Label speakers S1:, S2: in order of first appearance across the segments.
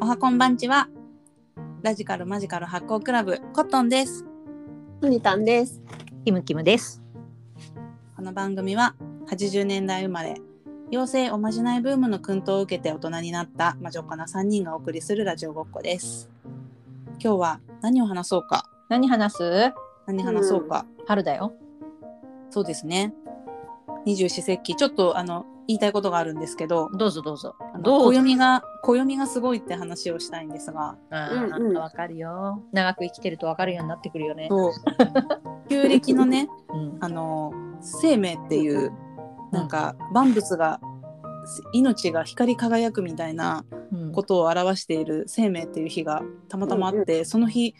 S1: おはこんばんちは。ラジカルマジカル発行クラブコットンです。
S2: のにたんです。
S3: キムキムです。
S1: この番組は80年代生まれ、妖精おまじないブームの薫陶を受けて大人になった魔女っ子な3人がお送りするラジオごっこです。今日は何を話そうか、
S3: 何話す？
S1: 何話そうか、
S3: 春だよ。
S1: そうですね。二十四節気、ちょっとあの言いたいことがあるんですけど、
S3: どうぞどうぞ
S1: あ。の
S3: どうぞ。
S1: 暦が暦がすごいって話をしたいんですが、
S3: あ
S2: うんうん
S3: ーわかるよ。長く生きてるとわかるようになってくるよね。
S1: そう旧暦のね、
S3: うん。
S1: あの生命っていうなんか万物が命が光り輝くみたいな
S3: うん
S1: ことを表している生命っていう日がたまたまあって、その日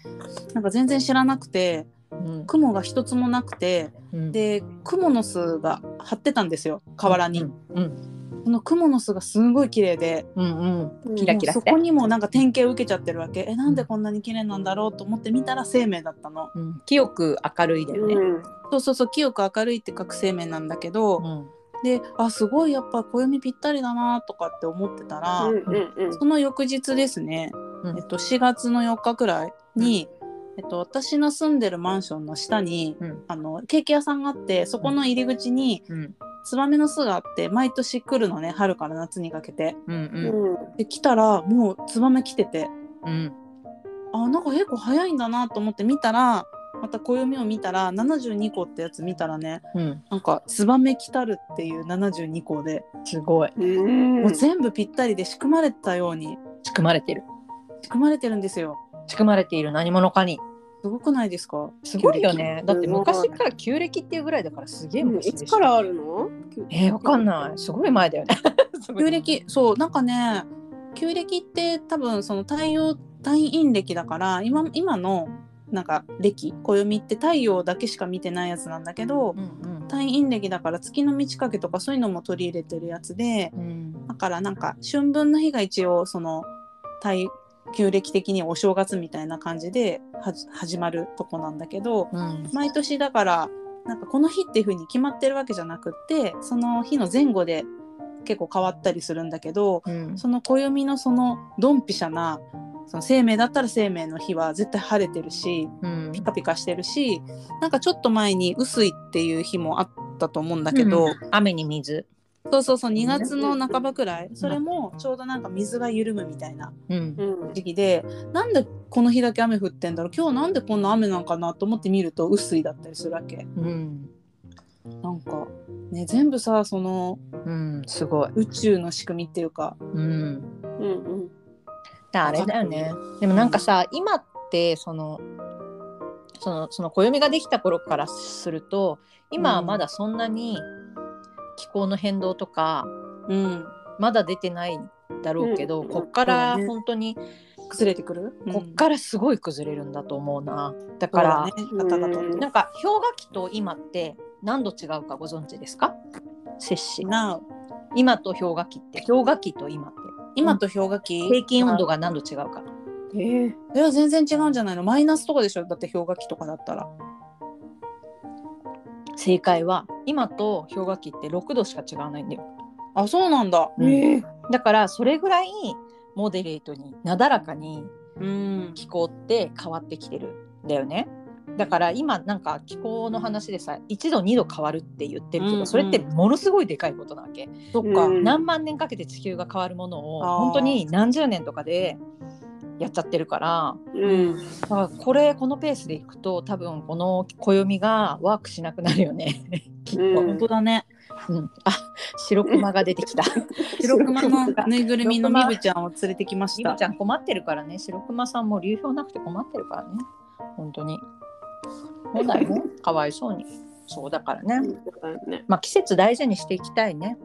S1: なんか全然知らなくて
S3: うん
S1: 雲が一つもなくて
S3: うん
S1: でクモの巣が張ってたんですよ河原に、
S3: うんうん
S1: そのクモの巣がすごい綺麗で
S3: うんうん。
S2: うん
S3: キラキラ
S1: もうそ
S3: して
S1: こにもなんか典型を受けちゃってるわけえなんでこんなに綺麗なんだろうと思って見たら生命だったの
S3: うん。清く明るいだよね。
S2: うん
S1: そうそうそう清く明るいって書く生命なんだけど、
S3: うん
S1: であすごいやっぱ暦ぴったりだなとかって思ってたら、
S2: うんうんうん
S1: その翌日ですね、
S3: うん
S1: えっと、4月の4日くらいに、えっと、私の住んでるマンションの下に、
S3: うん
S1: あのケーキ屋さんがあってそこの入り口に
S3: うん
S1: ツバメの巣があって毎年来るのね春から夏にかけて。
S3: う
S2: うんん
S1: で来たらもうツバメ来てて
S3: うん
S1: あなんか結構早いんだなと思って見たらまた暦を見たら72個ってやつ見たらね
S3: うん。
S1: なんか「ツバメ来たる」っていう72個で。
S3: すごい。
S2: うん
S1: もう全部ぴったりで仕組まれてたように
S3: 仕組まれてる。
S1: 仕組まれてるんですよ。
S3: 仕組まれている何者かに。
S1: すごくないですか？
S3: すごいよね。だって
S2: す
S3: 昔
S2: ごい
S3: から旧暦っていうぐらいだからすげえ
S2: うん
S3: 昔
S2: い
S3: でしょ
S2: つからあるの？
S3: えー、わかんない。すごい前だよね。 すごい
S1: 旧暦そうなんかね旧暦って多分その太陽単陰暦だから今今のなんか暦暦って太陽だけしか見てないやつなんだけど
S3: うん
S1: 単陰暦だから月の満ち欠けとかそういうのも取り入れてるやつで
S3: うん。うん
S1: だからなんか春分の日が一応その太旧暦的にお正月みたいな感じではじ始まるとこなんだけど、
S3: うん。
S1: 毎年だからなんかこの日っていう風に決まってるわけじゃなくってその日の前後で結構変わったりするんだけど
S3: うん
S1: その暦のそのドンピシャなその生命だったら生命の日は絶対晴れてるし
S3: うん
S1: ピカピカしてるしなんかちょっと前に雨水っていう日もあったと思うんだけど、
S3: うん雨に水、
S1: そうそうそう2月の半ばくらいそれもちょうどなんか水が緩むみたいな
S3: うん
S2: う、ん
S1: 時期でなんでこの日だけ雨降ってんだろう今日なんでこんな雨なんかなと思って見ると雨水だったりするわけ。
S3: うん
S1: なんかね全部さその
S3: うん、すごい、
S1: 宇宙の仕組みっていうか、
S3: うん、
S2: うん
S3: だあれだよねでもなんかさ今ってそのそのその暦ができた頃からすると今はまだそんなに気候の変動とか
S1: うん、
S3: まだ出てないだろうけど、
S2: うん
S3: こっから本当に、
S1: 崩れてくる
S3: こっからすごい崩れるんだと思うなだ
S1: か
S3: から、
S1: ね、ガタガタ
S2: うん
S3: なんか氷河期と今って何度違うかご存知ですか摂氏
S1: な
S3: 今と氷河期って氷河期と今って
S1: 今と氷河期、
S3: 平均温度が何度違うか
S2: うん。ええ。
S1: いや全然違うんじゃないのマイナスとかでしょだって氷河期とかだったら
S3: 正解は今と氷河期って6度しか違わないんだよ
S1: あそうなんだ
S2: ええ。
S3: だからそれぐらいモデレートになだらかに
S1: うん
S3: 気候って変わってきてるんだよねだから今なんか気候の話でさ1度2度変わるって言ってるけど、
S1: うんうん
S3: それってものすごいでかいことなわけ、
S1: そっか、
S2: うん
S3: 何万年かけて地球が変わるものを
S1: あー
S3: 本当に何十年とかでやっちゃってるから
S2: うん。
S3: だからこれこのペースでいくと多分この暦がワークしなくなるよねきっと、
S2: うん
S1: 本当だね
S3: うん、あ白クマが出てきた
S1: 白熊のぬいぐるみのみ
S3: 白熊
S1: ぶちゃんを連れてきまし
S3: リ
S1: た
S3: ムちゃん困ってるからね白クマさんも流氷なくて困ってるからね本当にそうだよねかわいそうにそうだからね
S2: ね。
S3: まあ季節大事にしていきたいね、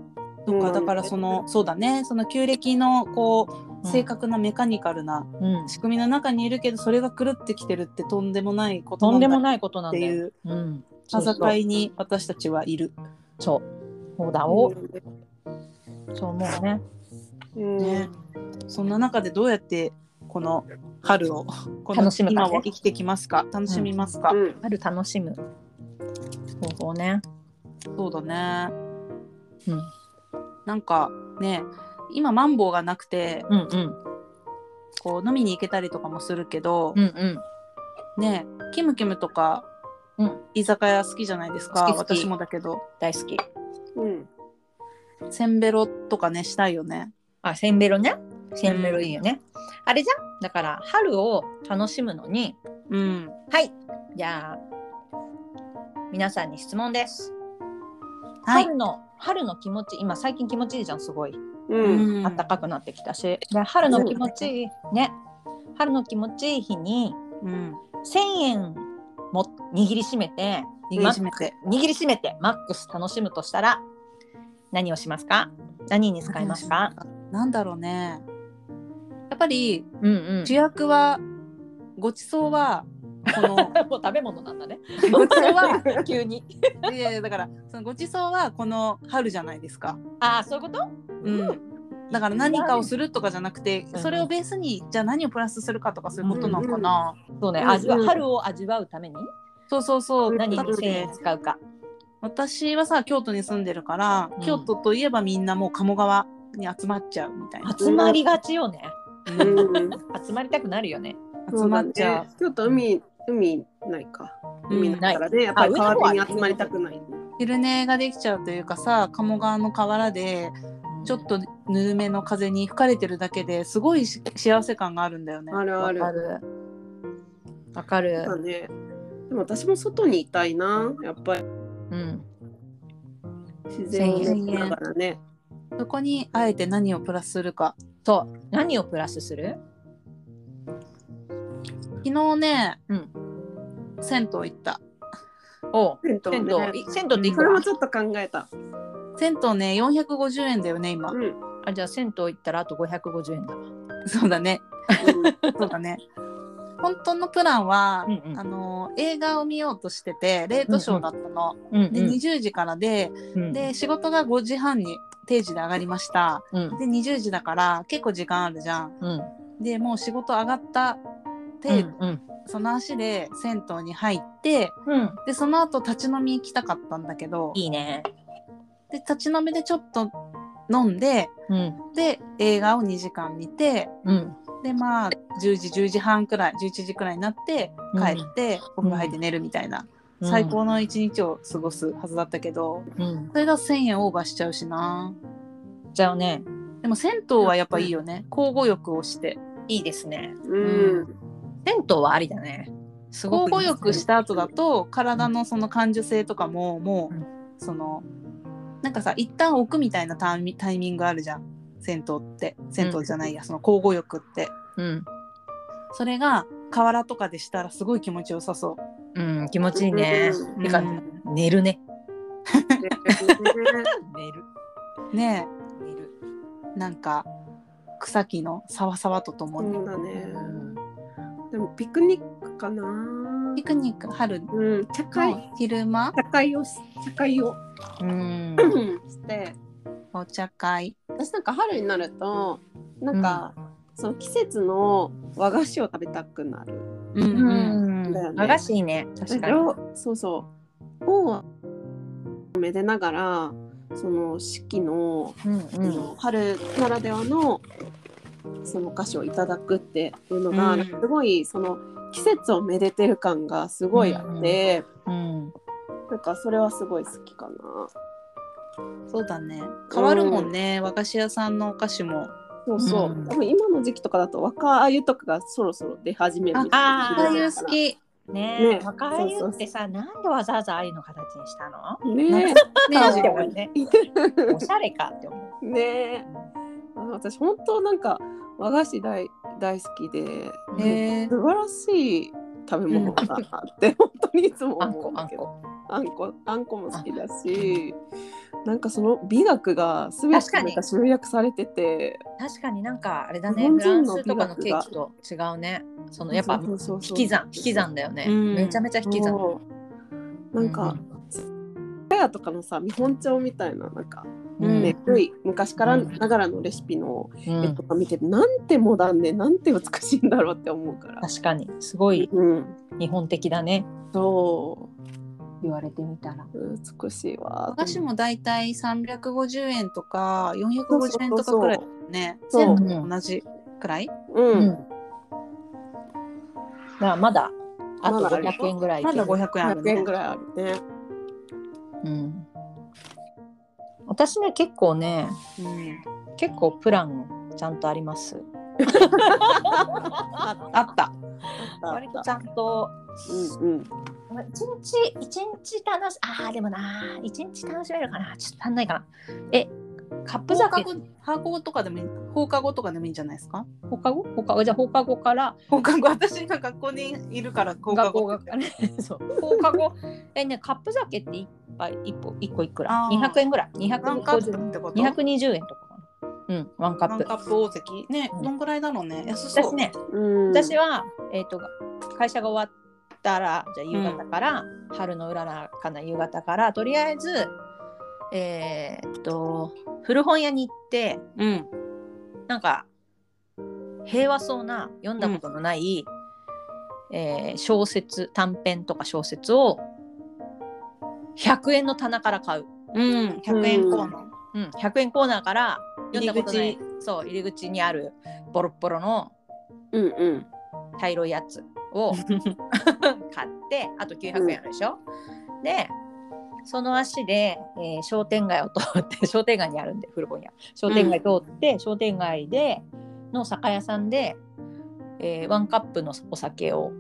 S1: とかだからそのそうだねその旧暦のこう
S3: うん
S1: 正確なメカニカルな
S3: うん、
S1: 仕組みの中にいるけどそれが狂ってきてるってとんでもないこと
S3: とんでも
S1: い
S3: ないことな
S1: っ
S3: ん
S1: て
S3: だ
S1: い
S3: よ、
S1: う
S3: うん、そうそう
S1: 戦いに私たちはいる。
S3: そうそうだを、そう思うね
S2: うん。
S1: ねそんな中でどうやってこの春 をこの
S3: 楽しむかね
S1: 今を生きてきますか楽しみますか、
S2: うん。
S3: ある楽しむ方法ね、
S1: そうだね
S3: うん、
S1: なんかね今マンボウがなくて
S3: うんうん
S1: こう飲みに行けたりとかもするけど、
S3: うんうん
S1: ねえキムキムとか、
S3: うん
S1: 居酒屋好きじゃないですか
S3: 好き好き
S1: 私もだけど
S3: 大好き
S2: うん。
S1: せんべろとかねしたいよね
S3: あせんべろねせんべろいいよね、あれじゃんだから春を楽しむのに
S1: うん
S3: はいじゃあ皆さんに質問です、
S1: はい
S3: 春の春の気持ち今最近気持ちいいじゃんすごい
S2: うん。
S3: あったかくなってきたし、で春の気持ちいいね春の気持ちいい日に
S1: うん
S3: 1,000円も握りしめて
S1: 握りしめて
S3: 握りしめてマックス楽しむとしたら何をしますか何に使いますか
S1: なんだろうねやっぱり
S3: うんうん
S1: 主役はごちそうはこの
S3: もう食べ物なんだね
S1: ごちそうは
S3: 急に
S1: いやいやだからそのごちそうはこの春じゃないですか、
S3: ああそういうこと
S1: うん、だから何かをするとかじゃなくて
S3: ん
S1: それをベースにじゃあ何をプラスするかとかそういうことなのかな、
S3: そうね
S2: うんうん
S3: 味わ春を味わうために
S1: そうそうそう
S2: うん
S3: 何に
S1: だっ
S3: 1,000
S1: て
S3: 円使うか
S1: 私はさ京都に住んでるから、
S3: うん
S1: 京都といえばみんなもう鴨川に集まっちゃうみたいな、
S3: 集まりがちよね
S2: うん。
S3: 集まりたくなるよね
S1: 集まっちゃう
S2: そうだね京都海、海ないか。
S1: うん
S2: 海ないからね、やっぱり
S3: あ
S2: 川辺に集まりたくない。
S1: 昼寝ができちゃうというかさ鴨川の河原でちょっとぬるめの風に吹かれてるだけですごいし幸せ感があるんだよね。
S2: あるあ
S3: わ
S2: る。
S3: かるわかる
S2: だね。でも私も外にいたいな。やっぱり
S3: うん
S2: 自然を
S1: 千円
S2: 見ながらね。
S1: そこにあえて何をプラスするか。
S3: そう何をプラスする
S1: 昨日ね、
S3: うん
S1: 銭湯行った。
S3: おう
S2: 銭湯
S3: 銭
S2: ね
S3: 湯い銭湯ってい
S2: そ
S3: く
S2: れ
S3: ら、
S2: もちょっと考えた。
S1: 銭湯ね450円だよね今
S2: う。ん。うん
S3: あじゃあ銭湯行ったらあと550円だわ
S1: そうだね。そうだね。本当のプランは、
S3: うんうん
S1: あの映画を見ようとしててレートショーだったの。
S3: うん
S1: で20時からで、
S3: うん
S1: で仕事が5時半に定時で上がりました。
S3: うん
S1: で20時だから結構時間あるじゃん。
S3: うん
S1: でもう仕事上がったて、
S3: うん
S1: その足で銭湯に入って
S3: うん
S1: でその後立ち飲み行きたかったんだけど
S3: いいね
S1: で立ち飲みでちょっと飲んで
S3: うん
S1: で映画を2時間見て
S3: うん
S1: でまあ10時10時半くらい11時くらいになって帰って、お風呂入って寝るみたいな、最高の一日を過ごすはずだったけど
S3: うん
S1: それが1,000円オーバーしちゃうしな
S3: じゃあね
S1: でも銭湯はやっぱいいよね交互浴をして
S3: いいですね
S2: うん。
S3: 銭湯はありだねすご
S1: 交
S3: く
S1: 互浴した後だと体のその感受性とかももう、
S3: うん
S1: そのなんかさ一旦置くみたいなタイミタイミングあるじゃん銭湯って銭湯じゃないや、その交互浴って
S3: うん
S1: それが河原とかでしたらすごい気持ちよさそ
S3: うん気持ちいいね
S2: う
S1: う。
S3: てか
S1: うん
S3: 寝るね
S2: ね
S3: 寝る
S1: ね
S3: 寝る
S1: えなんか草木のさわさわとともに、
S2: そうだね。でもピクニックかな。
S1: ピクニック春
S2: うん。茶会。
S1: の昼間、
S2: 茶会をし、茶会を。
S3: うん
S2: して。
S1: お茶会
S2: 私なんか春になると。なんか。その季節の和菓子を食べたくなる。
S1: うん
S3: う
S1: うん
S3: ん
S2: だよね
S3: 和菓子いいね確
S2: そ
S3: かに
S2: れをそうそう。を。めでながら。その四季の。
S3: うん
S2: そ
S3: うん
S2: の春ならではのそのお菓子をいただくっていうのが、
S1: うん
S2: すごいその季節をめでてる感がすごいあって、
S3: うん
S2: なんかそれはすごい好きかな。
S1: そうだね変わるもんね、和菓子屋さんのお菓子も
S2: そうそう、
S3: うん
S2: 多分今の時期とかだと若あゆとかがそろそろ出始めるみ
S3: あ
S1: ああ
S2: た
S1: い
S2: いうな
S1: 好き
S3: ね
S2: ね
S3: え若あゆってさなんでわざわざあゆの形にしたの
S2: ね
S1: ね
S2: あ
S3: 確
S2: ー
S3: かにねおしゃれかって思う
S2: えねえあ私本当なんか和菓子大大好きで
S1: えへえ
S2: 素晴らしい食べ物だなって、本当にいつも
S3: あん
S2: 思う
S3: こ
S2: ん
S3: あ
S2: だ
S3: ん
S2: けど
S3: こ
S2: あんこあんこも好きだしなんかその美学が全
S3: 確
S2: て
S3: か
S2: なん
S3: に
S2: か集約されてて
S3: 確かになんかあれだ
S2: 日
S3: ね
S2: 本
S3: フラ
S2: 人
S3: ン
S2: の
S3: スとかのケーキと違うねそのやっぱ
S2: そうそうそう
S3: 引き算引き算だよね、
S1: うん
S3: めちゃめちゃ引き算
S2: そうなんか、
S3: う
S2: ペアとかのさ見本帳みたいななんか、
S1: うん
S2: ね古い昔から
S3: うん
S2: ながらのレシピの
S3: うん
S2: 絵とか見てて、なんてモダンでなんて美しいんだろうって思うから、
S3: 確かにすごい
S2: うん、
S3: 日本的だね
S2: そ
S3: 言われてみたら
S2: う美しいわ
S1: 和菓子もだいたい350円とか450円とかくらいだよね。
S2: そう
S3: そう
S1: 全部同じくらい
S2: うん、
S3: うんからまだあと
S2: まだある
S3: 500円ぐらいいけ
S1: ま
S3: る
S1: だ500円ある
S2: 100円
S1: ね
S2: ぐ。らいあるね。
S3: うん、私ね結構ね
S1: うん
S3: 結構プランちゃんとあり ます
S1: あった。
S3: 割とちゃんと
S2: うんうん。
S3: まあ一日一日楽しあーでもなー一日楽しめるかなちょっと足んないかなえカップ
S1: 放課
S3: 酒
S1: 後放課後とかでもいい放課後とかでもいいんじゃないですか。
S3: 放課後放課後じゃあ放課後から
S1: 放課後私が学校にいるから放課
S3: 学校
S1: 後
S3: が
S1: って。
S3: そう放課後えねカップ酒って一杯一本一個いくら
S1: あー
S3: 二百円ぐらい二百
S1: ワンカッ
S3: 五
S1: プってこと。
S3: 二百二十円とかかなうんワンカ
S1: ワ
S3: ッ
S1: ン
S3: プ
S1: カップ大関ね
S3: うん
S1: どんぐらいだろうね安そう。
S3: 私ね
S2: うん、
S3: 私は、えー、と会社が終わったらじゃあ夕方から、春のうららかな夕方からとりあえずえーっと古本屋に行って
S1: うん
S3: なんか平和そうな読んだことのない、えー小説短編とか小説を100円の棚から買う、
S1: うん百円コーナー。
S3: うん、100円コーナーから読んだことない
S1: 入り
S3: そう入り口にあるボロッボロの
S2: うんうん。
S3: 茶色いやつ を買ってあと900円あるでしょ、でその足で、えー商店街を通って 商店街にあるんで古本屋商店街通って、商店街での酒屋さんで、えーワンカップのお酒を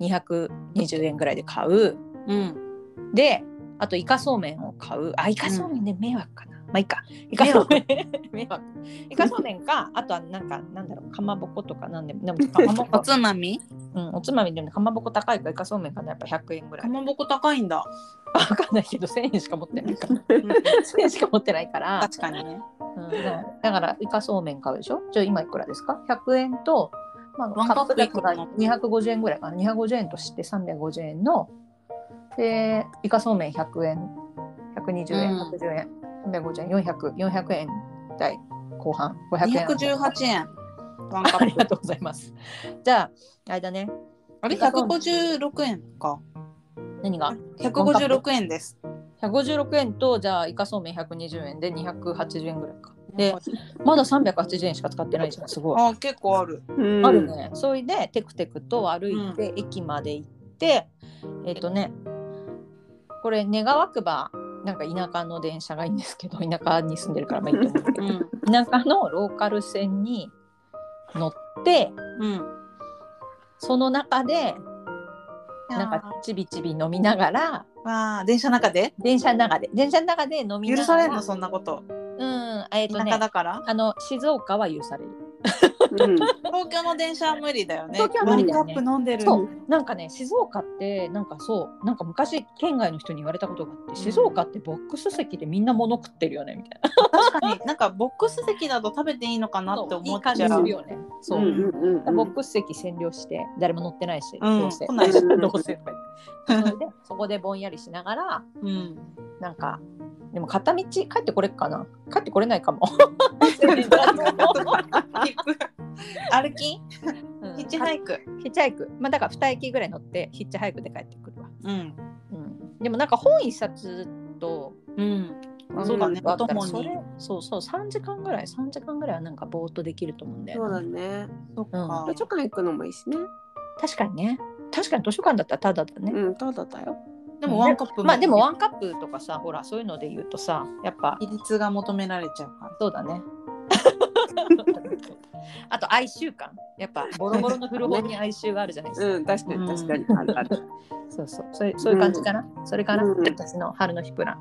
S3: 220円ぐらいで買う
S1: うん
S3: であとイカそうめんを買うあイカそうめんで迷惑かな、まあいいかイカそうめん 迷惑イカそうめんかあとはなんかなんだろうかまぼことかなんでもでもかまぼ こ
S1: おつまみ？
S3: うん、おつまみでもねかまぼこ高いからイカそうめんかなやっぱ100円ぐら
S1: か
S3: い。
S1: まぼこ高いんだ。
S3: わかんないけど1000円しか持ってないから
S1: うん
S3: 1000円しか持ってないから、
S1: 確かにね。
S3: うん、だからだからイカそうめん買うでしょじゃあ今いくらですか ?100 円と、まあ、
S1: ワンカップ
S3: だから
S1: いくらの
S3: 250円ぐらいかな250円として350円のでイカそうめん100円120円、
S1: うん
S3: 110円350円400400 400円台後半500
S1: 二
S3: 円
S1: 百十八円。ワンカ
S3: あ
S1: ッ
S3: り
S1: プ
S3: が。とうございますじゃああれだね
S1: あれ百五十六円か。
S3: 何が
S1: 百五十六円です。
S3: 156円とじゃあイカそうめん120円で280円ぐらいかでまだ380円しか使ってないじゃんすごい、
S1: あ結構ある。
S2: うん、
S3: ある。ねそれでテクテクと歩いて駅まで行って、えっ、とねこれ願わくばなんか田舎の電車がいいんですけど田舎に住んでるからまあいいと思うけ
S1: う
S3: ど
S1: ん
S3: 田舎のローカル線に乗って
S1: うん。
S3: その中でなん
S1: なん
S3: か
S1: か
S3: ちびちび飲みながら
S1: わあ電車の中で
S3: 電車の中で電車の中で飲みながら
S1: 許されるのそんなこと。
S3: うんえっ、と
S1: 田
S3: ね
S1: 舎だから。
S3: あの静岡は許される。
S2: うん、
S1: 東京の電車は無理だよね。
S3: 東京は無理だよね
S1: ワンカップ飲んでる。
S3: そうなんかね静岡ってなんかそうなんか昔県外の人に言われたことがあって、静岡ってボックス席でみんな物食ってるよねみたいな。
S1: 確かになんかボックス席だと食べていいのかなって
S3: そうい
S1: 思
S3: い
S1: っちゃ
S3: 感
S1: う。
S3: じするよね。そう。
S2: うんうんうん。
S3: ボックス席占領して誰も乗ってないし、
S1: うん
S3: どうせ
S1: 来ないし
S3: どうせとか言ってそれでそこでぼんやりしながら
S1: うん。
S3: なんかでも片道帰ってこれっかな帰ってこれないかも
S1: 歩き？
S3: うん
S1: ヒッチハイク。
S3: ヒッチハイクまあだから2駅ぐらい乗ってヒッチハイクで帰ってくるわ
S1: うん。
S3: うん、でもなんか本一冊と
S1: うん。
S2: あ
S1: そうだね
S3: あったら
S1: お供に
S3: それそうそう3時間ぐらい3時間ぐらいはなんかぼーっとできると思うんだ
S2: そう
S3: よ、
S2: だ
S3: ね
S2: ね。
S1: そっ
S3: うん
S1: か
S2: 図。書館行くのもいいしね。
S3: 確かにね確かに図書館だったらただだね、
S2: うん、どうだったよ。
S1: でもワンカップ
S3: まあでもワンカップとかさほらそういうので言うとさやっぱ
S1: 比率が求められちゃうから。
S3: そう だねあと哀愁感やっぱボロボロの古本 に哀愁があるじゃないですか、
S2: うん、確か
S1: うん
S2: に確かに。あるある。
S3: そうそうそれそういう感じかな、それかな、
S2: うん
S3: 私の春の日プラ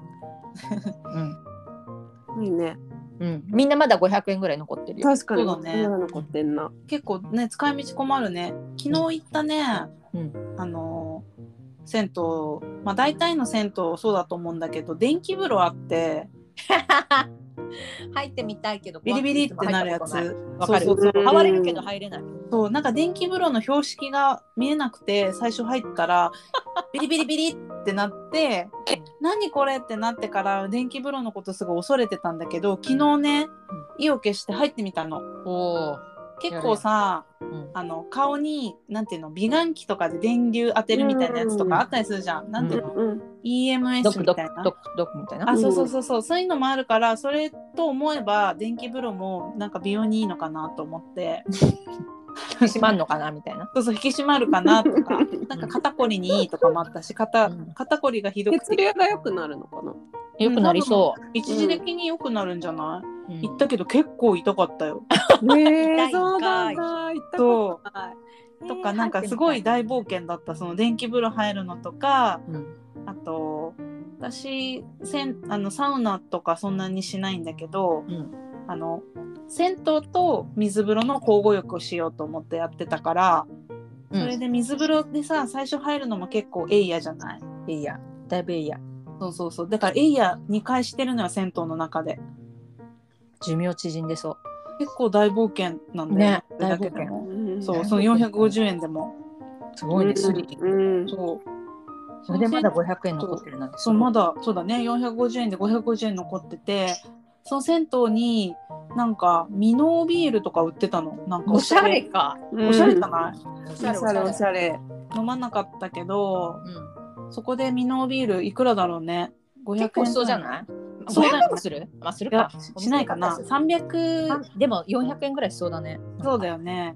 S3: ン
S2: いいね。
S3: うん、うん、みんなまだ500円ぐらい残ってるよ
S2: 確かに。
S1: そうだね
S2: こんなの残ってんな。
S1: 結構ね使い道困るね昨日行ったね、
S3: うん
S1: あのー銭湯まあ大体の銭湯そうだと思うんだけど電気風呂あって
S3: 入ってみたいけど
S1: ビリビリってなるやつ
S3: 怖くて
S1: そう
S3: 入っ
S1: そ
S3: たこ
S1: う
S3: と
S1: そう
S3: ないわかる
S2: うん
S3: 触れるけど入れない
S1: そうなんか電気風呂の標識が見えなくて最初入った らビリビリビリってなって何これってなってから電気風呂のことすごい恐れてたんだけど昨日ね意を決して入ってみたの
S3: おお
S1: 結構さ
S3: うん
S1: あの顔になんていうの美顔器とかで電流当てるみたいなやつとかあったりするじゃん、なんていうの、
S2: うん。
S3: ド
S1: EMS
S3: ク
S1: み
S3: ド
S1: た
S3: ク
S1: いな
S3: ドクドクみたいな
S1: あそうそうそうそうそういうのもあるからそれと思えば電気風呂もなんか美容にいいのかなと思って
S3: 引き締まるのかなみたいな。
S1: そうそう引き締まるかなと かなんか肩こりにいいとかもあったし肩
S3: うん
S1: 肩こりがひどく
S2: 血流
S1: て、
S2: が良くなるのかな。
S3: よくなりそう
S1: 一時的に良くなるんじゃな
S3: う。
S1: い、行ったけど結構痛かった よ。
S2: ね
S3: 痛いんかい
S2: そうなんだ。行った
S1: と
S2: ことない。
S1: とかなんかすごい大冒険だったその電気風呂入るのとか
S3: うん
S1: あと私せんあのサウナとかそんなにしないんだけど
S3: うん
S1: あの銭湯と水風呂の交互浴をしようと思ってやってたから、
S3: うん
S1: それで水風呂でさ最初入るのも結構エイヤじゃない
S3: いいやだいぶいいや
S1: そうそうそうだからエイヤ2回してるのよ銭湯の中で
S3: 寿命縮んでそ
S1: 結構大冒険なんだよ
S3: ね
S1: それだけでも
S2: うん
S1: そううんその450円でも
S3: うすごいねスリー
S2: うん。
S1: そう
S3: それでまだ500円残ってるなんてす
S1: そ
S3: ご
S1: う
S3: い
S1: まだそうだね450円で550円残っててその銭湯になんかミノービールとか売ってたのなんか
S3: おしゃれか
S1: おしゃれじゃない、
S3: お
S2: おしゃれおしゃれ。
S1: 飲まなかったけど
S3: うん
S1: そこでミノービールいくらだろうね500円
S3: 結構しそうじゃ
S1: い
S3: ない
S1: そうだよね
S3: 500円もするまあする
S1: いや
S3: か
S1: しないかな300
S3: でも400円ぐらいしそうだね
S1: そうだよね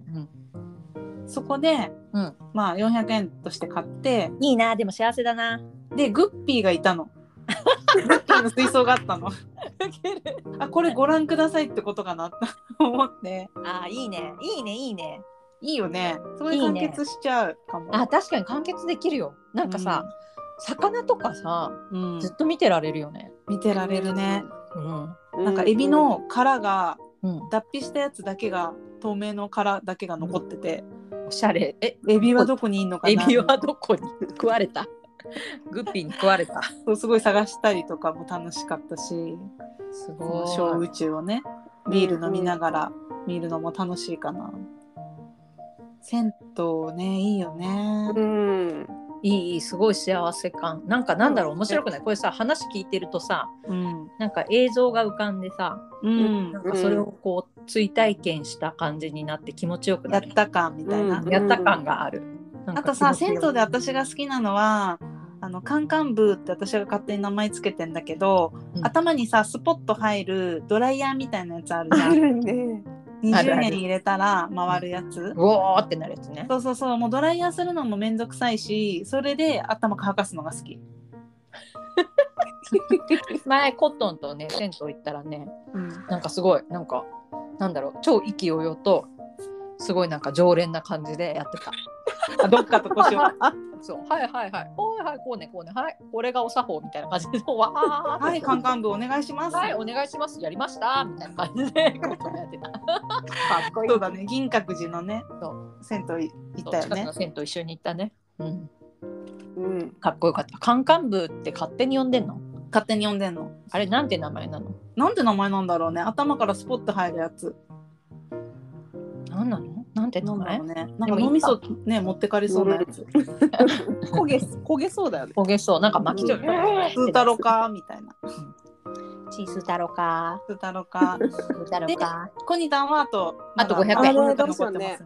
S3: うん
S1: そこで、
S3: うん
S1: まあ400円として買って
S3: いいなでも幸せだな
S1: でグッピーがいたのグッピーの水槽があった のあこれご覧くださいってことかなと思って
S3: あいいねいいねいいね
S1: いいよね。それで完結しちゃうかも。
S3: あ確かに完結できるよなんかさ、魚とかさ
S1: うん、うん
S3: ずっと見てられるよね
S1: 見てられるね。
S3: うん
S1: なんかエビの殻が
S3: うん
S1: 脱皮したやつだけが透明の殻だけが残ってて、
S3: おしゃれえ
S1: エビはどこにいんのか
S3: エ
S1: な。
S3: ビはどこに食われた グッピーに食われた
S1: そうすごい探したりとかも楽しかったし、
S3: す
S1: この小
S3: ご
S1: 宇
S3: い
S1: 宙をね、ビール飲みながら見るのも楽しいかな。銭湯ねいいよね
S2: う。ん。
S3: いいいいすごい幸せ感なんかなんだろう面白くないこれさ話聞いてるとさ
S1: うん、
S3: なんか映像が浮かんでさ
S1: うん
S3: な、んかそれをこう追体験した感じになって気持ちよく
S1: や
S3: な
S1: っ
S3: る
S1: たかみたいな。
S2: うん
S3: やった感があるなん
S1: あ
S3: か
S1: と
S3: 気持
S1: さ
S3: ちよ
S1: 銭湯で私が好きなのはあのカンカンブーって私が勝手に名前つけてんだけど、
S3: うん
S1: 頭にさスポッと入るドライヤーみたいなやつあるじゃ
S2: あ
S1: ん
S2: るね。
S3: ある
S1: 20
S3: ある
S1: 円入れたら回るやつ
S3: うおーってなるやつね
S1: そうそうそうもうドライヤーするのもめんどくさいしそれで頭乾かすのが好き、
S3: 前コットンとね銭湯行ったらね
S1: うん、
S3: なんかすごいなんかなんだろう超意気揚々とすごいなんか常連な感じでやってた。
S1: あどっかと腰を は
S3: そうはいはいはいはいはいこうねこうねはいこれがお作法みたいな感じでそうわー
S1: いカンカンブーお願いします、
S3: はいお願いしますやりましたみたいな感じでコットンやってた。かっこいい。
S1: そうだね銀閣寺のね
S3: そ
S1: 銭湯い行
S3: そ
S1: っ
S3: う
S1: たよ
S3: 近く
S1: ね
S3: の銭湯一緒に行ったね。うん
S2: うん。
S3: かっこよかった。カンカンブーって勝手に呼んでんの？
S1: 勝手に呼んでんの
S3: あれなんて名前なの？
S1: なんて名前なんだろうね頭からスポッと入るやつ
S3: なんなの？なんて
S1: な
S3: 名
S1: んだ
S3: 前
S1: ろう？ね。なんか脳みそね持ってかれそうなやつ。
S2: 焦げ焦げそうだよね。
S3: 焦げそうなんか巻き取る。
S1: スー太郎かみたいな。
S3: チース太郎か。
S1: スー太郎か。
S3: スー太郎か。
S1: コニタンはあと
S3: あと
S1: まだ
S3: 500円
S1: まだ残ってますね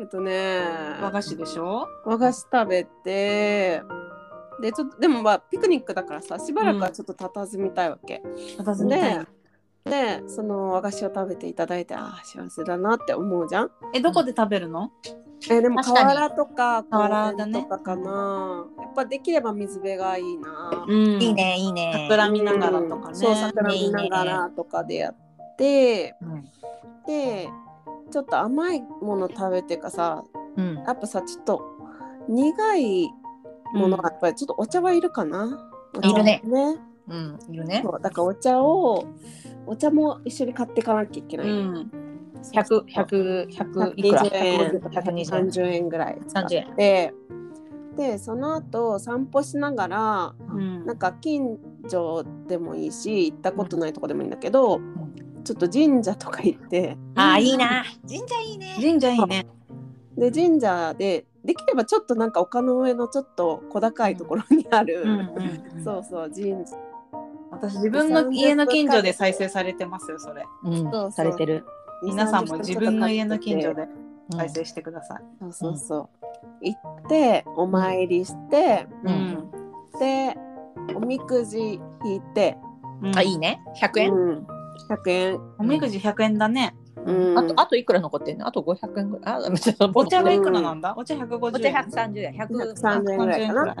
S2: えっとね。
S1: 和菓子でしょ。
S2: 和菓子食べて。でちょっとでもまあピクニックだからさしばらくはちょっと佇みたいわけ、
S1: 私
S2: ねでその和菓子を食べていただいてああ幸せだなって思うじゃん
S1: えどこで食べるの？
S2: えでも
S3: 確かに
S2: 河原とか
S1: 河原だね
S2: 公園とかかな、やっぱできれば水辺がいいな、
S1: うん。。
S3: ねいいね
S1: 桜見ながらとかね。
S2: そう桜見ながらとかでやって、
S3: うん
S2: でちょっと甘いもの食べてかさ
S3: うん。
S2: やっぱさちょっと苦いものがやっぱりちょっとお茶はいるかな、お茶
S3: いるね
S2: ね
S3: うん。いるね
S2: そ。うだからお茶をお茶も一緒に買っていかなきゃいけ
S1: う
S2: ない、
S1: ん。
S3: 百百百いくら？
S2: 120円
S3: 百二十円。
S2: 30円ぐらい使っ
S3: 30円
S2: てでその後散歩しながら
S1: うん。
S2: なんか近所でもいいし行ったことないとこでもいいんだけど、ちょっと神社とか行って
S3: あーいいな。神社いいね。
S1: 神社いいね。
S2: で神社でできればちょっとなんか丘の上のちょっと小高いところにある、
S1: うん
S2: そうそう神社
S1: 私自分の家の近所で再生されてますよそれ。
S3: うん
S2: そう
S3: されてる。
S1: 皆さんも自分の家の近所
S2: で
S1: で再生してください。
S2: そうそうそう行ってお参りして、
S3: う
S1: うんん。
S2: でおみくじ引いて、
S1: うん
S3: あいいね。百円。
S2: うん100円
S1: おみくじ100円だね。
S2: うん
S3: あとあといくら残ってんのあと500円ぐらい。あ、めっちゃ
S1: お茶が
S2: ね
S1: いくらなんだお茶150
S3: お
S1: 円。
S3: 茶130円。130
S2: 130
S3: 円。
S2: 円ぐらいかな。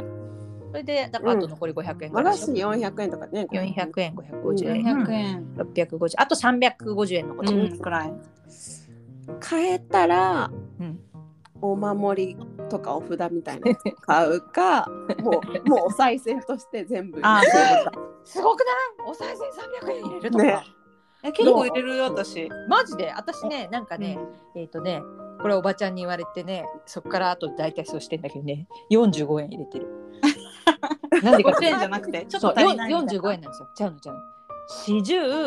S3: それで、だからあと残り500円ぐ
S2: 和
S3: ら
S2: 菓
S3: いでし
S2: 子
S3: ょ。
S2: 400円とかね。
S3: 400円、550円、
S1: 400円
S3: 650あと350円残って
S1: う
S3: る。
S1: んくらい。
S2: 買えたら、
S3: うん
S2: お守りとかお札みたいなやつ買うかもうもうお賽銭として全部
S1: あー
S3: すごくないお財布300円入れるとか。
S2: ね
S1: え結構入れるよ私。
S3: マジで私ね、なんかね、
S1: う
S3: えっ、とね、これおばちゃんに言われてね、そこからあと大体そうしてんだけどね、45円入れてる。なん
S1: ん
S3: でかっ
S1: 500
S3: て
S1: 円じゃなくてちょっ
S3: そ
S1: と
S3: う
S1: 足りないみたいな。
S3: 45円なんですよ。ちゃうのちゃうの。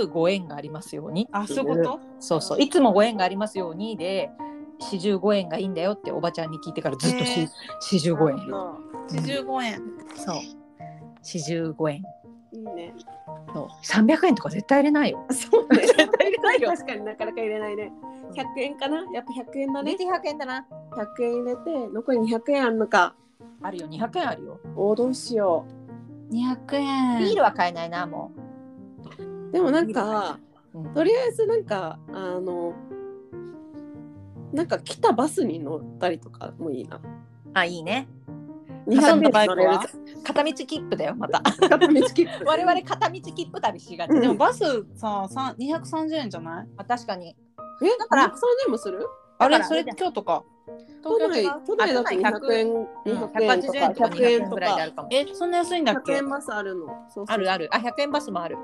S3: 45円がありますように。
S1: あそういうこと
S3: そうそう。いつも5円がありますようにで、45円がいいんだよっておばちゃんに聞いてからずっとし、
S1: へー
S3: 45円入れてる。
S1: 85円。
S3: そう。45円。
S2: いいね
S3: そう300円とか絶対入れないよ。
S2: そう ね
S3: 絶対入れないよ。
S2: 確かになかなか入れないね100円かなやっぱ100円だね
S3: 200円だな。
S2: 100円入れて残り200円あんのか
S3: あるよ、200円あるよ。
S2: おーどうしよ
S1: 200
S3: ビー
S1: 円。
S3: ルは買えないな、も
S2: うでもなんか
S3: う。うん
S2: とりあえずなんかあのなんか来たバスに乗ったりとかもいいな
S3: あ、いいね。
S1: 挟んだ
S2: 200
S1: バ
S2: 円
S1: イク
S2: 乗
S1: は
S2: れる
S3: 片道切符だよ、また。
S2: じゃん片道切符
S3: 我々片道切符旅しがち。
S2: うん
S3: で
S1: でも
S3: も、
S1: バスささ230円じゃない
S3: まあ確かに。
S2: えだ
S3: だ
S2: か
S3: からら
S2: 3年もする
S1: あれ
S3: だ
S1: そ
S3: から
S1: れ今日とか。
S2: 都内
S3: 違う
S2: 都内だと
S3: あ
S2: 200円200円とか
S3: 180円とか
S2: 100
S3: 200
S2: 円と
S3: 円ぐらいで
S2: か
S3: あるかも。
S1: えそんな安いんだっ
S2: 100
S1: け
S2: 円？バスあるのそうそう
S3: あるある。あ、100円バスもある。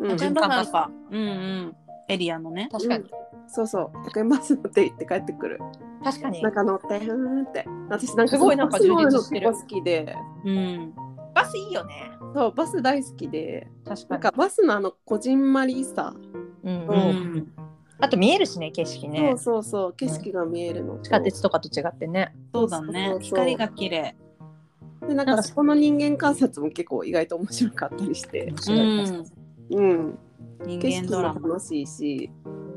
S2: うん
S1: 100円バスか。うんうん。エリアのね。
S3: 確かに。
S2: そうそう100円バス乗って行って帰ってくる
S3: 確かに
S2: なん。か乗ってふーんって私なんか
S3: すごいなんか充実してる
S2: バス乗の結構好きで
S1: うん。
S3: バスいいよね。
S2: そうバス大好きで
S3: 確
S2: なん
S3: か
S2: かバスのあのこじんまりさ、
S3: に。うん
S1: う
S3: うん
S1: ん。
S3: あと見えるしね、景色
S2: そ
S3: ね
S2: う。そうそう景色が見えるのと
S3: 地下鉄とかと違ってね。
S1: そうだね
S2: そうそうそ。う
S1: 光が綺麗。
S2: でなん
S3: なん
S2: か
S3: か
S2: そこの人間観察も結構意外と面白かったりして、
S3: 面
S1: う
S3: 白い
S1: ん。
S2: うん、景
S1: 人間
S2: 色
S1: ド
S2: も
S1: ラマ。
S2: 楽しいし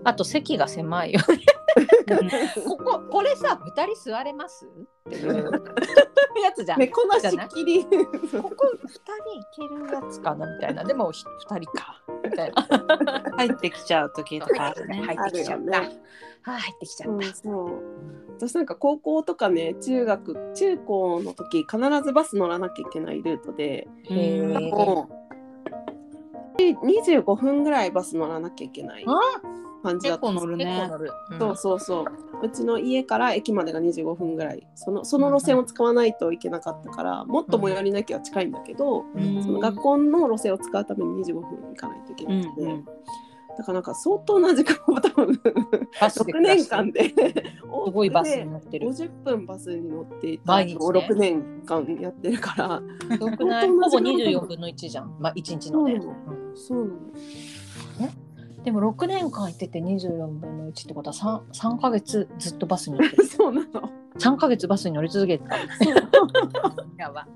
S3: あと席が狭いよ。 ここ、これさ、2人座れますっていうやつじゃん。
S2: 猫なし
S3: じゃない
S2: きり
S3: ここ2人いけるやつかなみたいな。でもひ2人か。みたい な。
S1: 入ってきちゃう時とかあるね。
S3: 入ってきちゃった。
S2: あるよ
S3: はい、入ってきちゃ
S2: う
S3: っ
S2: ん、そう私なんか高校とかね中学中高の時必ずバス乗らなきゃいけないルートで
S3: た。
S1: うん
S3: へー
S2: もうで25分ぐらいバス乗らなきゃいけない感じ
S1: 結
S2: だった
S1: 構乗る
S3: 結構
S1: ね。
S3: 乗る。
S2: そうそうそううちの家から駅までが25分ぐらいそのその路線を使わないといけなかったからもっと最寄りの駅は近いんだけど、
S1: うん
S2: その学校の路線を使うために25分行かないといけ
S1: う
S2: なんくて、
S1: うん。
S2: だからなんか相当な時間を多 分
S3: バス
S2: 6
S3: で暮ら
S2: 年
S3: してる
S2: 間で
S3: す
S2: す
S3: ごいバスに乗ってる。
S2: 50分バスに乗っていた
S3: 毎日ね
S2: のを6年間やってるから
S3: すごくない
S2: 本当
S3: ほぼ
S2: 同じ
S3: 24分の1じゃん。まあ、1日のね。
S2: そう
S3: うん
S2: そうなの。
S3: でも6年間行ってて24分の1ってことは 3, 3ヶ月ずっとバスに乗ってる
S2: そうなの
S3: 3ヶ月バスに乗り続けてた。やば。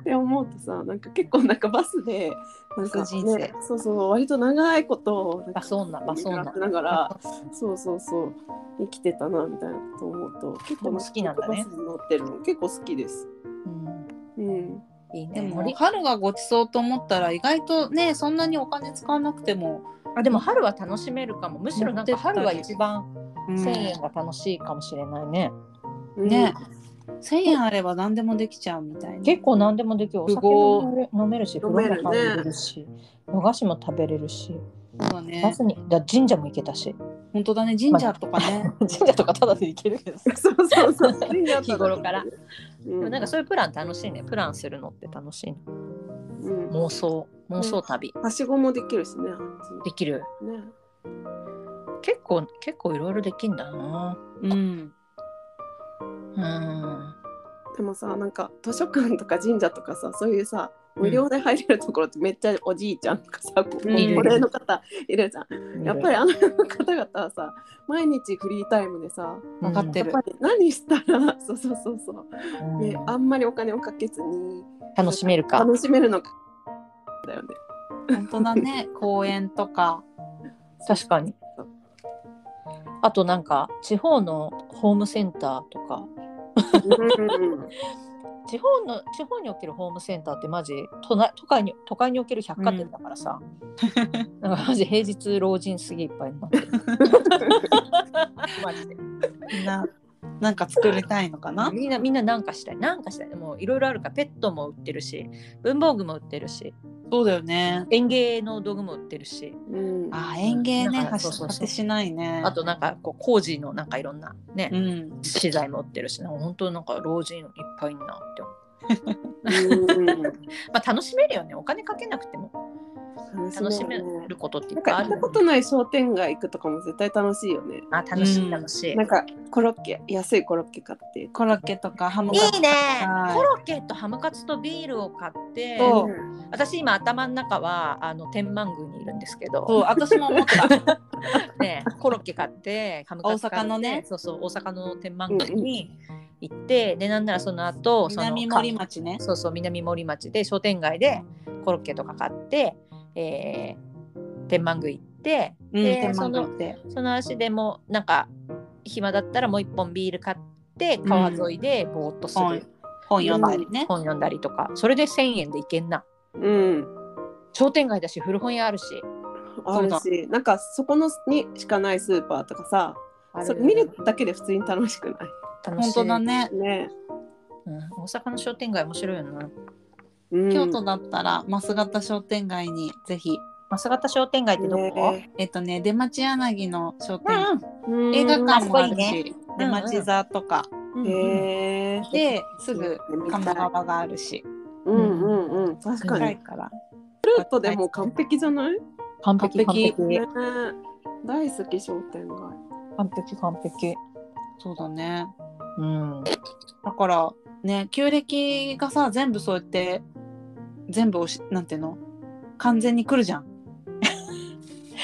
S2: って思うとさなんか結構なんかバスでなんか、
S3: バス人生
S2: ね、そうそう割と長いことなんか
S3: バス女、バス女。
S2: ながらそうそうそう生きてたなみたいなこと思うと結構
S3: でも好きなんだね
S2: バスに乗ってるの結構好きです。
S3: うん
S2: うん、
S3: いい
S1: で
S3: ね。乗
S1: も
S3: り
S1: 春がごちそうと思ったら意外とねそんなにお金使わなくても、
S3: あでも春は楽しめるかも。むしろなんか春は一番
S1: うん、
S3: 1000
S1: 1,000
S3: 円が楽しいかもしれないね。
S2: うん
S1: ね円あれば何でもできちゃうみたいな。
S3: 結構何でもできる。お酒も飲める飲めるし、風呂も入れるし、和菓子も食べれるし、
S1: 構だ
S3: バ
S1: ね。
S3: スにだ神社も行けたし、
S1: 本当だね神社とか ね。
S3: 神社とかただで行けるけどさ。
S2: そうそうそう
S3: 日頃から、
S2: うん
S3: でもなんかそういうプラン楽しいね。プランするのって楽しいね。
S2: うん
S3: 妄想、妄想旅。
S2: はしごもできるしね。あっ
S3: できる。
S2: ちね
S3: 結構、結構いろいろできんだな。
S1: うん。
S3: うん。
S2: でもさなんか図書館とか神社とかさそういうさ無料で入れるところってめっちゃおじいちゃんとかさ、こう
S1: いる
S2: 高齢の方いるじゃん。やっぱ
S3: り
S2: りあの方々はさ毎日フリータイムでさ
S1: 分かって
S2: やっ
S1: る
S2: ぱ。り何したらそうそうそうそう、ね、あんまりお金をかけずに
S3: 楽しめるか。
S2: 楽しめるのかだよね。
S1: 本当だね公園とか。
S3: 確かに
S2: そう。
S3: あとなんか地方のホームセンターとか
S2: うん
S3: 地方の地方におけるホームセンターってマジ都内都会に都会における百貨店だからさ、なんかマジ平日老人すぎいっぱいになってるマジで
S1: みんななんか作りたいのかな
S3: みんなみんななんかしたいなんかしたいもういろいろあるからペットも売ってるし文房具も売ってるし
S1: そうだよね
S3: 園芸の道具も売ってるし
S2: うん
S1: あー園芸ね
S3: なんか
S1: 発
S3: そうそうそう
S1: 達しないね
S3: あとなんかこう工事のなんかいろんなね、
S1: うん
S3: 資材も売ってるしなんか本当なんか老人いっぱいいんなって思う、まあ、楽しめるよねお金かけなくても楽しめることってい
S2: な
S3: っ
S2: ん
S3: ぱ
S2: か
S3: いあ
S2: 行っ
S3: る
S2: たことない商店街行くとかも絶対楽しいよね。
S3: あ楽し
S1: うん
S3: い楽しい、
S2: なんかコロッケ安いコロッケ買って。
S1: コロッケとかハムカツとか
S3: いいね
S1: はい
S3: コロッケとハムカツとビールを買って
S1: そう
S3: 私今頭の中はあの天満宮にいるんですけど
S1: そう私も思 った
S3: ね、コロッケ買ってハムカツ買っ
S1: 大阪
S3: て
S1: のね
S3: そうそう大阪の天満宮に行って、でなんならその後その
S1: 南森町ね
S3: そうそう南森町で商店街でコロッケとか買って、えー天満宮行って
S1: うん
S3: で
S1: 天満宮って
S3: その足でもうなんか暇だったらもう一本ビール買って川沿いでぼーっとする、
S1: うん本読んだりね
S3: 本読んだりとかそれで1,000円で行けんな
S2: うん。
S3: 商店街だし古本屋あるし
S2: あるし、なんかそこのにしかないスーパーとかさ、それ見るだけで普通に楽しくな
S3: 楽しい
S1: 本当だ、ね
S2: い。ね。
S3: うん大阪の商店街面白いよな
S2: うん
S1: 京都だったら増形商店街にぜひ
S3: 増形商店街ってどこ、
S2: ね
S1: えっとね出町柳の商店街
S3: う
S2: うん
S1: 映画館もある
S3: あそこい
S1: し出町座とか
S3: んうん
S2: へえ。
S1: ですぐ鴨川があるし
S2: うんうんうん。確か
S1: 近
S2: に。
S1: いから
S2: 京都でもう完璧じゃない？
S3: 完
S1: 璧
S3: 璧完璧
S2: ね。大好き商店街。
S3: 完璧完璧
S1: そうだね
S3: うん
S1: だからね旧暦がさ全部そうやって全部おしなんていうの完全に来るじゃん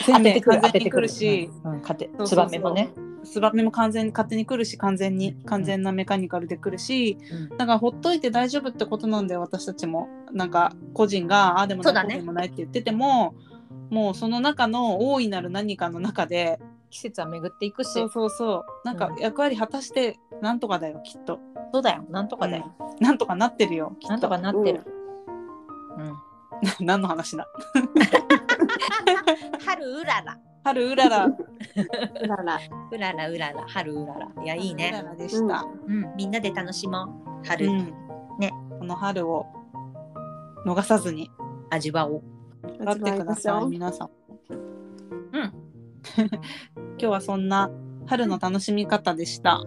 S1: 全部完全に来るし、
S3: うんうん、勝て
S1: そうそうそう
S3: ツバメもね
S1: ツバメも完全に勝手に来るし完全に完全なメカニカルで来るし、
S3: うん
S1: だからほっといて大丈夫ってことなんで私たちもなんか個人がああでもな
S3: そ
S1: いう
S3: だ
S1: こ
S3: ね
S1: うでもないって言っててももうその中の大いなる何かの中で
S3: 季節は巡っていくし
S1: そうそうそうなんか
S3: うん
S1: 役割果たしてなんとかだよきっと
S3: そうだよなんとかだよ、
S1: なんとかなってるよきっと
S3: なんとかなってる、うん
S1: 何の話だ
S3: 春うらら
S1: 春うらら
S2: だから
S3: うららうらら春うららいやいいう
S1: ら
S3: ね、
S1: らでした、
S3: うん、みんなで楽しもう
S1: う
S3: 春、
S1: ん
S3: ね
S1: この春を逃さずに
S3: 味わおう
S1: 頑張ってください皆さん
S3: うん
S1: 今日はそんな春の楽しみ方でした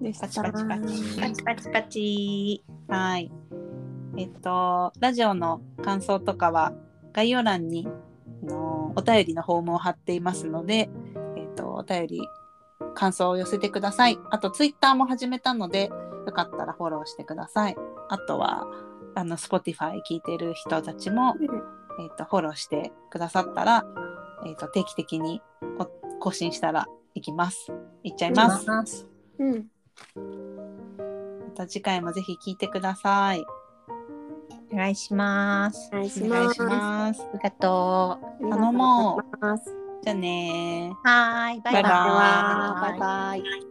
S2: で
S1: パチパチパチ
S3: パチパチパチ
S1: はい。えっと、ラジオの感想とかは概要欄にあのお便りのフォームを貼っていますので、えっと、お便り感想を寄せてください。あと、ツイッターも始めたので、よかったらフォローしてください。あとは、あの、Spotify 聞いてる人たちも、えっと、フォローしてくださったら、えっと、定期的にお更新したらいきます。いっちゃいます。ま
S3: ます
S2: うん。
S1: た次回もぜひ聞いてください。
S3: お願いします
S2: お願い
S1: お願いします。
S3: ありがと
S2: ありがとうござい
S1: 頼もう
S2: ます。
S1: じゃあねー。
S3: うはーいバイバ
S1: バイ
S3: イ
S2: ではバイバイ。